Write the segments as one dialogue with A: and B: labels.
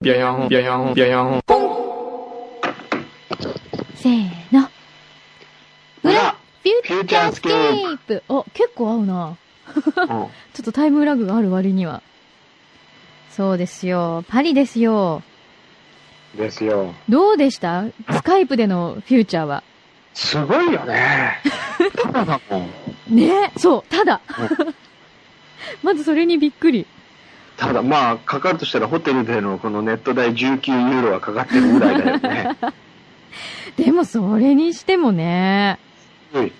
A: ビャヤン、ビャヤン、ビャヤン。
B: せーの。裏
C: 裏
B: フューチャースケープお、結構合うな。
C: うん
B: ちょっとタイムラグがある割には。そうですよ。パリですよ。
C: ですよ。
B: どうでしたスカイプでのフューチャーは。
C: すごいよね。ただだもん。
B: ねそう、ただ。 まずそれにびっくり。
C: ただ、まあ、かかるとしたらホテルでのこのネット代19ユーロはかかってるぐらいだよね。
B: でもそれにしてもね。
C: うん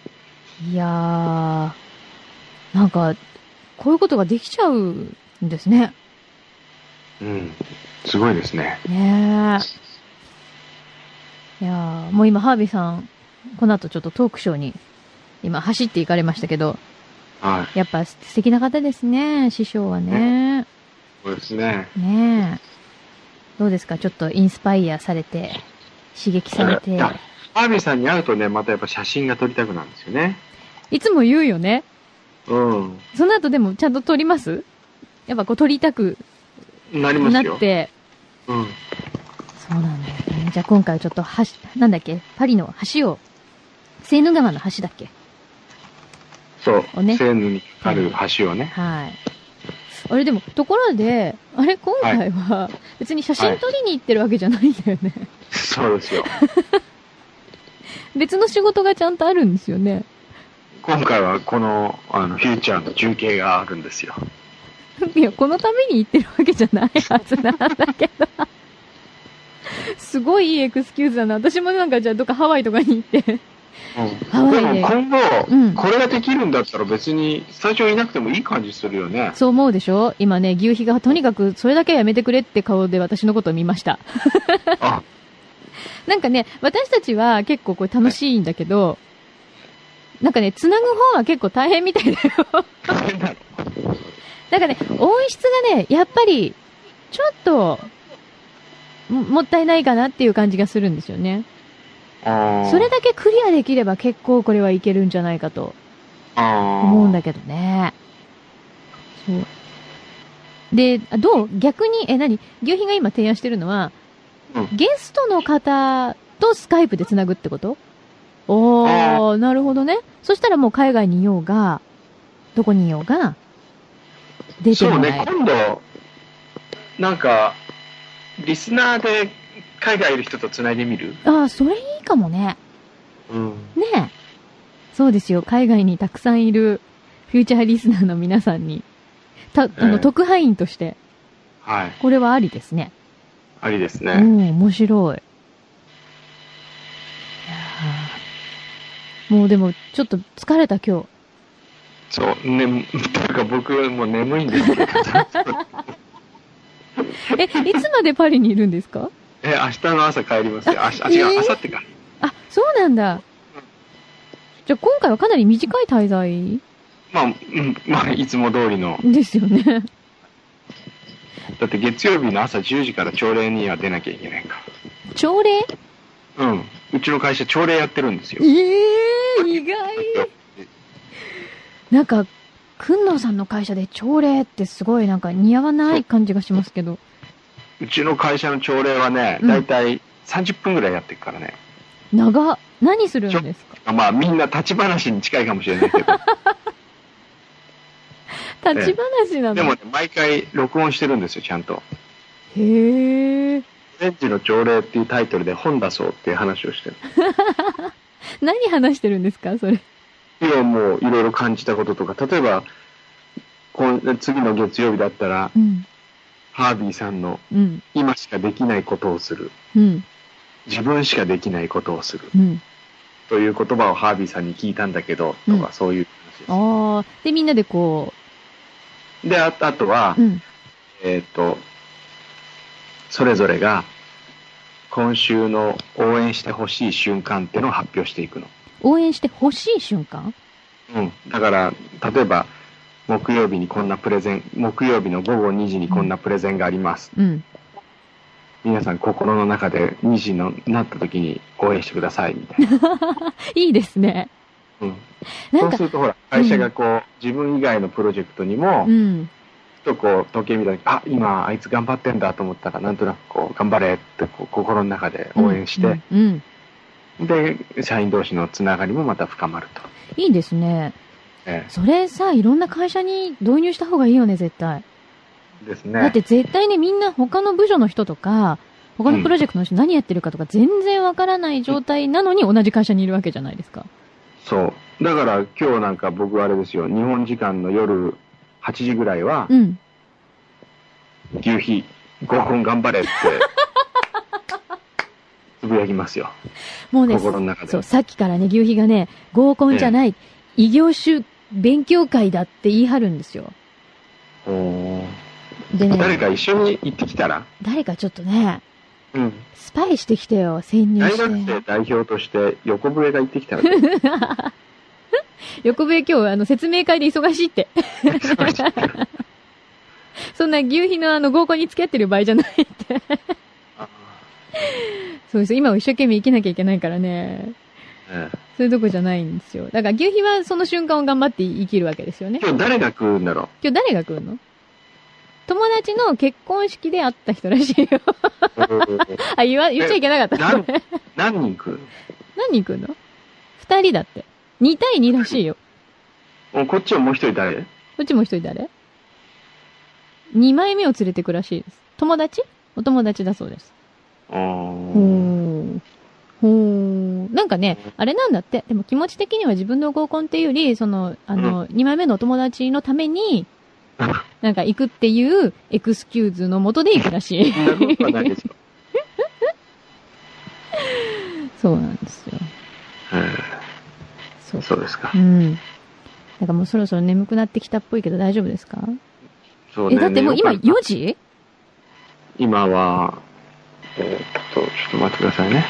B: いやー。なんか、こういうことができちゃうんですね。
C: うん。すごいですね。
B: ねえ。いやーもう今、ハービーさん、この後ちょっとトークショーに、今走って行かれましたけど、
C: はい。
B: やっぱ素敵な方ですね、師匠はね。
C: そうですね。
B: ねえ。どうですかちょっとインスパイアされて、刺激されて。
C: あアービーさんに会うとね、またやっぱ写真が撮りたくなるんですよね。
B: いつも言うよね。
C: うん。
B: その後でもちゃんと撮りますやっぱこう撮りたく
C: なります
B: な
C: よ。
B: って。
C: うん。
B: そうなんだよね。じゃあ今回はちょっと橋、なんだっけパリの橋を、セーヌ川の橋だっけ
C: そう。
B: ね
C: セーヌにある橋をね。
B: はい。あれでも、ところで、あれ今回は、別に写真撮りに行ってるわけじゃないんだよね。
C: そうですよ。
B: 別の仕事がちゃんとあるんですよね。
C: 今回はこの、あの、フューチャーの中継があるんですよ。
B: いや、このために行ってるわけじゃないはずなんだけど。すごいいいエクスキューズだな。私もなんかじゃあどっかハワイとかに行って。
C: う
B: ハ
C: ん。
B: ワイ
C: で
B: で
C: も今
B: うん
C: 後、これができるんだったら別にスタジオいなくてもいい感じするよね。
B: そう思うでしょ今ね、牛皮がとにかくそれだけはやめてくれって顔で私のことを見ました。
C: あ、
B: なんかね、私たちは結構これ楽しいんだけど、なんかね、繋ぐ方は結構大変みたいだよ。
C: 大変だろ。
B: なんかね、音質がね、やっぱり、ちょっと、ももったいないかなっていう感じがするんですよね。
C: あー
B: それだけクリアできれば結構これはいけるんじゃないかと思
C: 思
B: うんだけどね。そう。で、あどう逆に、え、何牛皮が今提案してるのは、
C: うん
B: ゲストの方とスカイプで繋ぐってことおー、なるほどね。そしたらもう海外にいようが、どこにいようが、出て
C: そう
B: もらえる。
C: ね、今度、なんか、リスナーで海外いる人と繋いでみる
B: ああ、それいいかもね。
C: うん。
B: ねえ。そうですよ。海外にたくさんいるフューチャーリスナーの皆さんに、た、あの、
C: ええ
B: 特派員として、
C: はい。
B: これはありですね。
C: ありです
B: う
C: ね。
B: ん、面白い。いやーもうでも、ちょっと疲れた今日。
C: そう。ね、なんか僕、もう眠いんですけ ど。
B: え、いつまでパリにいるんですか
C: え、明日の朝帰りますよ。あ、あ
B: えー
C: 違う、明後日か。
B: あ、そうなんだ。じゃあ今回はかなり短い滞在
C: まあ、うん、まあ、いつも通りの。
B: ですよね。
C: だって月曜日の朝10時から朝礼には出なきゃいけないか
B: 朝礼
C: ら。うん。うちの会社朝礼やってるんですよ。
B: ええー、意外。なんか、くんのさんの会社で朝礼ってすごいなんか似合わない感じがしますけど。
C: うちの会社の朝礼はね、
B: うん
C: だいたい30分ぐらいやってるからね。
B: 長っ、何するんですか
C: まあ、みんな立ち話に近いかもしれないけど。
B: 立ち話なの。
C: でもね、毎回録音してるんですよ、ちゃんと。
B: へえ。
C: オレンジの条例っていうタイトルで本出そうっていう話をしてる。
B: 何話してるんですかそれ。
C: 今もういろいろ感じたこととか、例えば、今次の月曜日だったら、
B: うん。
C: ハービーさんの
B: うん。
C: 今しかできないことをする。
B: うん。
C: 自分しかできないことをする。
B: うん。
C: という言葉をハービーさんに聞いたんだけど、とか、そういう話で
B: ああ。で、みんなでこ
C: す。で、ああとは
B: う、、うん。
C: えーっと、それぞれが、今週の応援してほしい瞬間っていうのを発表していくの。
B: 応援してほしい瞬間
C: うん、だから例えば木曜日にこんなプレゼン木曜日の午後2時にこんなプレゼンがあります、
B: うん。
C: 皆さん心の中で2時のなった時に応援してくださいみたいな、
B: いいですね。
C: うん、
B: な
C: そ
B: ん
C: う
B: か
C: す、るとほら会社がこう、自分以外のプロジェクトにも
B: うん。
C: とこう時計見た時あ今あいつ頑張ってんだと思ったらなんとなくこう頑張れってこう心の中で応援して、
B: うんうんうん
C: で社員同士のつながりもまた深まると、
B: いいですね。
C: え
B: それさ、いろんな会社に導入した方がいいよね、絶対。
C: えです
B: だっ
C: ね
B: て絶対ね、みんな他の部署の人とか、他のプロジェクトの人何やってるかとか全然わからない状態なのに同じ会社にいるわけじゃないですか。
C: そうだから今日なんか僕はあれですよ日本時間の夜8時ぐらいは
B: うん。
C: 牛皮5分頑張 れってつぶやきますよ
B: もうね、
C: 心の中で
B: そう、さっきからね、牛皮がね、合コンじゃない、異業種勉強会だって言い張るんですよ。
C: おー
B: で
C: 誰
B: ね、
C: か一緒に行ってきたら、
B: 誰かちょっとね、
C: うん、
B: スパイしてきてよ、潜入
C: 大学
B: し
C: 生
B: て。
C: 代表として横笛が行ってき たらどう
B: 横笛今日、あの、説明会で忙しいって。 そんな牛皮のあの、合コンに付き合ってる場合じゃないって。
C: あ
B: そうです。今を一生懸命生きなきゃいけないからね。
C: ーね
B: そういうとこじゃないんですよ。だから、牛皮はその瞬間を頑張って生きるわけですよね。
C: 今日誰が来るんだ ろ
B: 今日誰が来るの友達の結婚式で会った人らしいよ。
C: ううん
B: あ、言わ、言っちゃいけなかった。
C: 何何人来る
B: 何人来るの二人だって。二対二らしいよ。
C: のおこっちはもう一人誰
B: うちも一人誰二枚目を連れてくらしいです。友達お友達だそうです。
C: あー
B: ほう。ほう。なんかね、あれなんだって。でも気持ち的には自分の合コンっていうより、その、あの、二、枚目のお友達のために、なんか行くっていうエクスキューズのもとで行くらしい
C: そ。んなことはないですよ、
B: そうなんですよ。
C: え
B: そう
C: ー。 そうですか
B: うん。なんかもうそろそろ眠くなってきたっぽいけど大丈夫ですか
C: そう
B: え、
C: ね
B: だってもう今4時
C: 今はえーっとちょっと待ってくださいね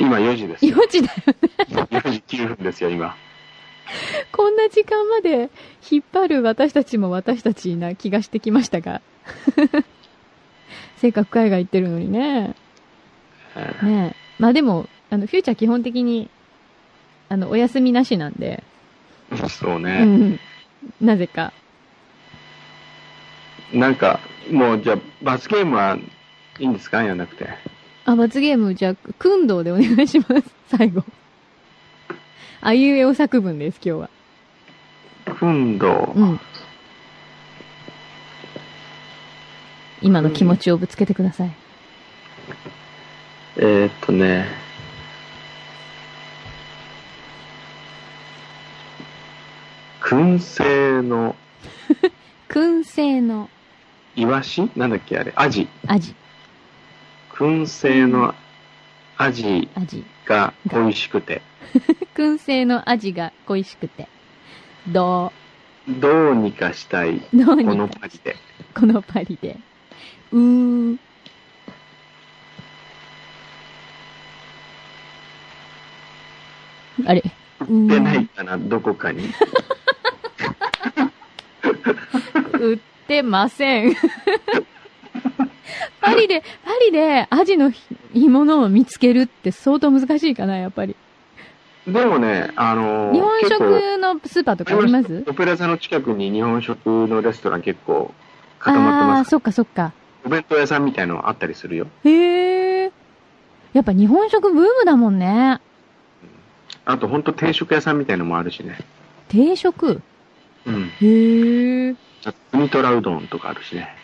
C: 今4時ですよ
B: ?4 時だよ。
C: 4時9分ですよ今
B: こんな時間まで引っ張る私たちも私たちな気がしてきました が。せっかく海外行ってるのにね。
C: えー
B: ねえ。まあでも、あの、フューチャー基本的に、あの、お休みなしなんで。
C: そう
B: う
C: ね、
B: ん。なぜか。
C: なんかもうじゃあ罰ゲームはいいんですかやんなくて
B: あ、罰ゲーム、じゃあ、訓導でお願いします。 最後。あいうえお作文です、今日は。
C: 訓導、
B: うん。今の気持ちをぶつけてください。
C: えーっとね。燻製の
B: 燻製の
C: イワシなんだっけあれアジ。
B: 味、
C: 燻製のアジ
B: 味。
C: が美味しくて、
B: 燻製の味が恋しくて。ど
C: どうにかしたい、
B: う、どう
C: こ
B: に
C: の
B: か
C: パリで。
B: このパリで。うー、あれ、う
C: 売ってな
B: ー
C: い、かな、どこかに。
B: 売ってません。 パリで、パリでアジの干物を見つけるって相当難しいかな、やっぱり。
C: でもね、あのー
B: 日本
C: 結構
B: 食のスーパーとかあります
C: オペラ座の近くに日本食のレストラン結構固まって
B: ああ
C: ま
B: ー、
C: す。
B: そっかそっか。
C: お弁当屋さんみたいのあったりするよ。
B: へえ。やっぱ日本食ブームだもんね。
C: あと、ほんと定食屋さんみたいのもあるしね。
B: 定食。
C: うん。
B: へえ。
C: 海トラうどんとかあるしね。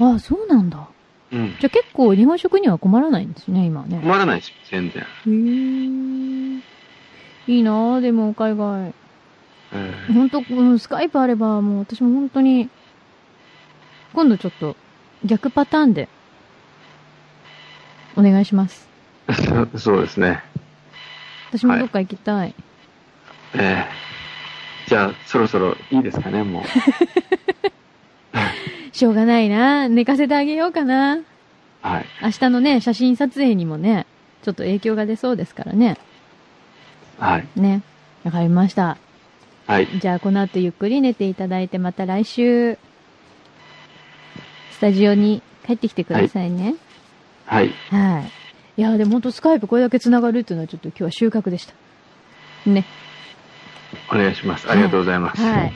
B: あ、そうなんだ。
C: うん。
B: じゃあ結構日本食には困らないんですね、今はね。
C: 困らないですよ、全然。
B: へえ。いいなぁ、でも海外。
C: うん
B: ほんと、うん、スカイプあれば、もう私も本当に、今度ちょっと、逆パターンで、お願いします。
C: そそうですね。
B: 私もどっか行きたい。
C: えーじゃあ、そろそろいいですかね、 もう。
B: しょうがないな寝かせてあげようかな
C: はい。
B: 明日のね、写真撮影にもね、ちょっと影響が出そうですからね。
C: はい。
B: ね。わかりました。
C: はい。
B: じゃあ、この後ゆっくり寝ていただいて、また来週、スタジオに帰ってきてくださいね。
C: はい。
B: はい。い、やー、でもほんとスカイプこれだけ繋がるっていうのはちょっと今日は収穫でした。ね。
C: お願いします。ありがとうございます。
B: はい。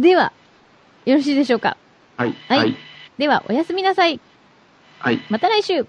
B: では、よろしいでしょうか。
C: はい。
B: はい
C: はい。
B: では、おやすみなさい。
C: はい
B: また来週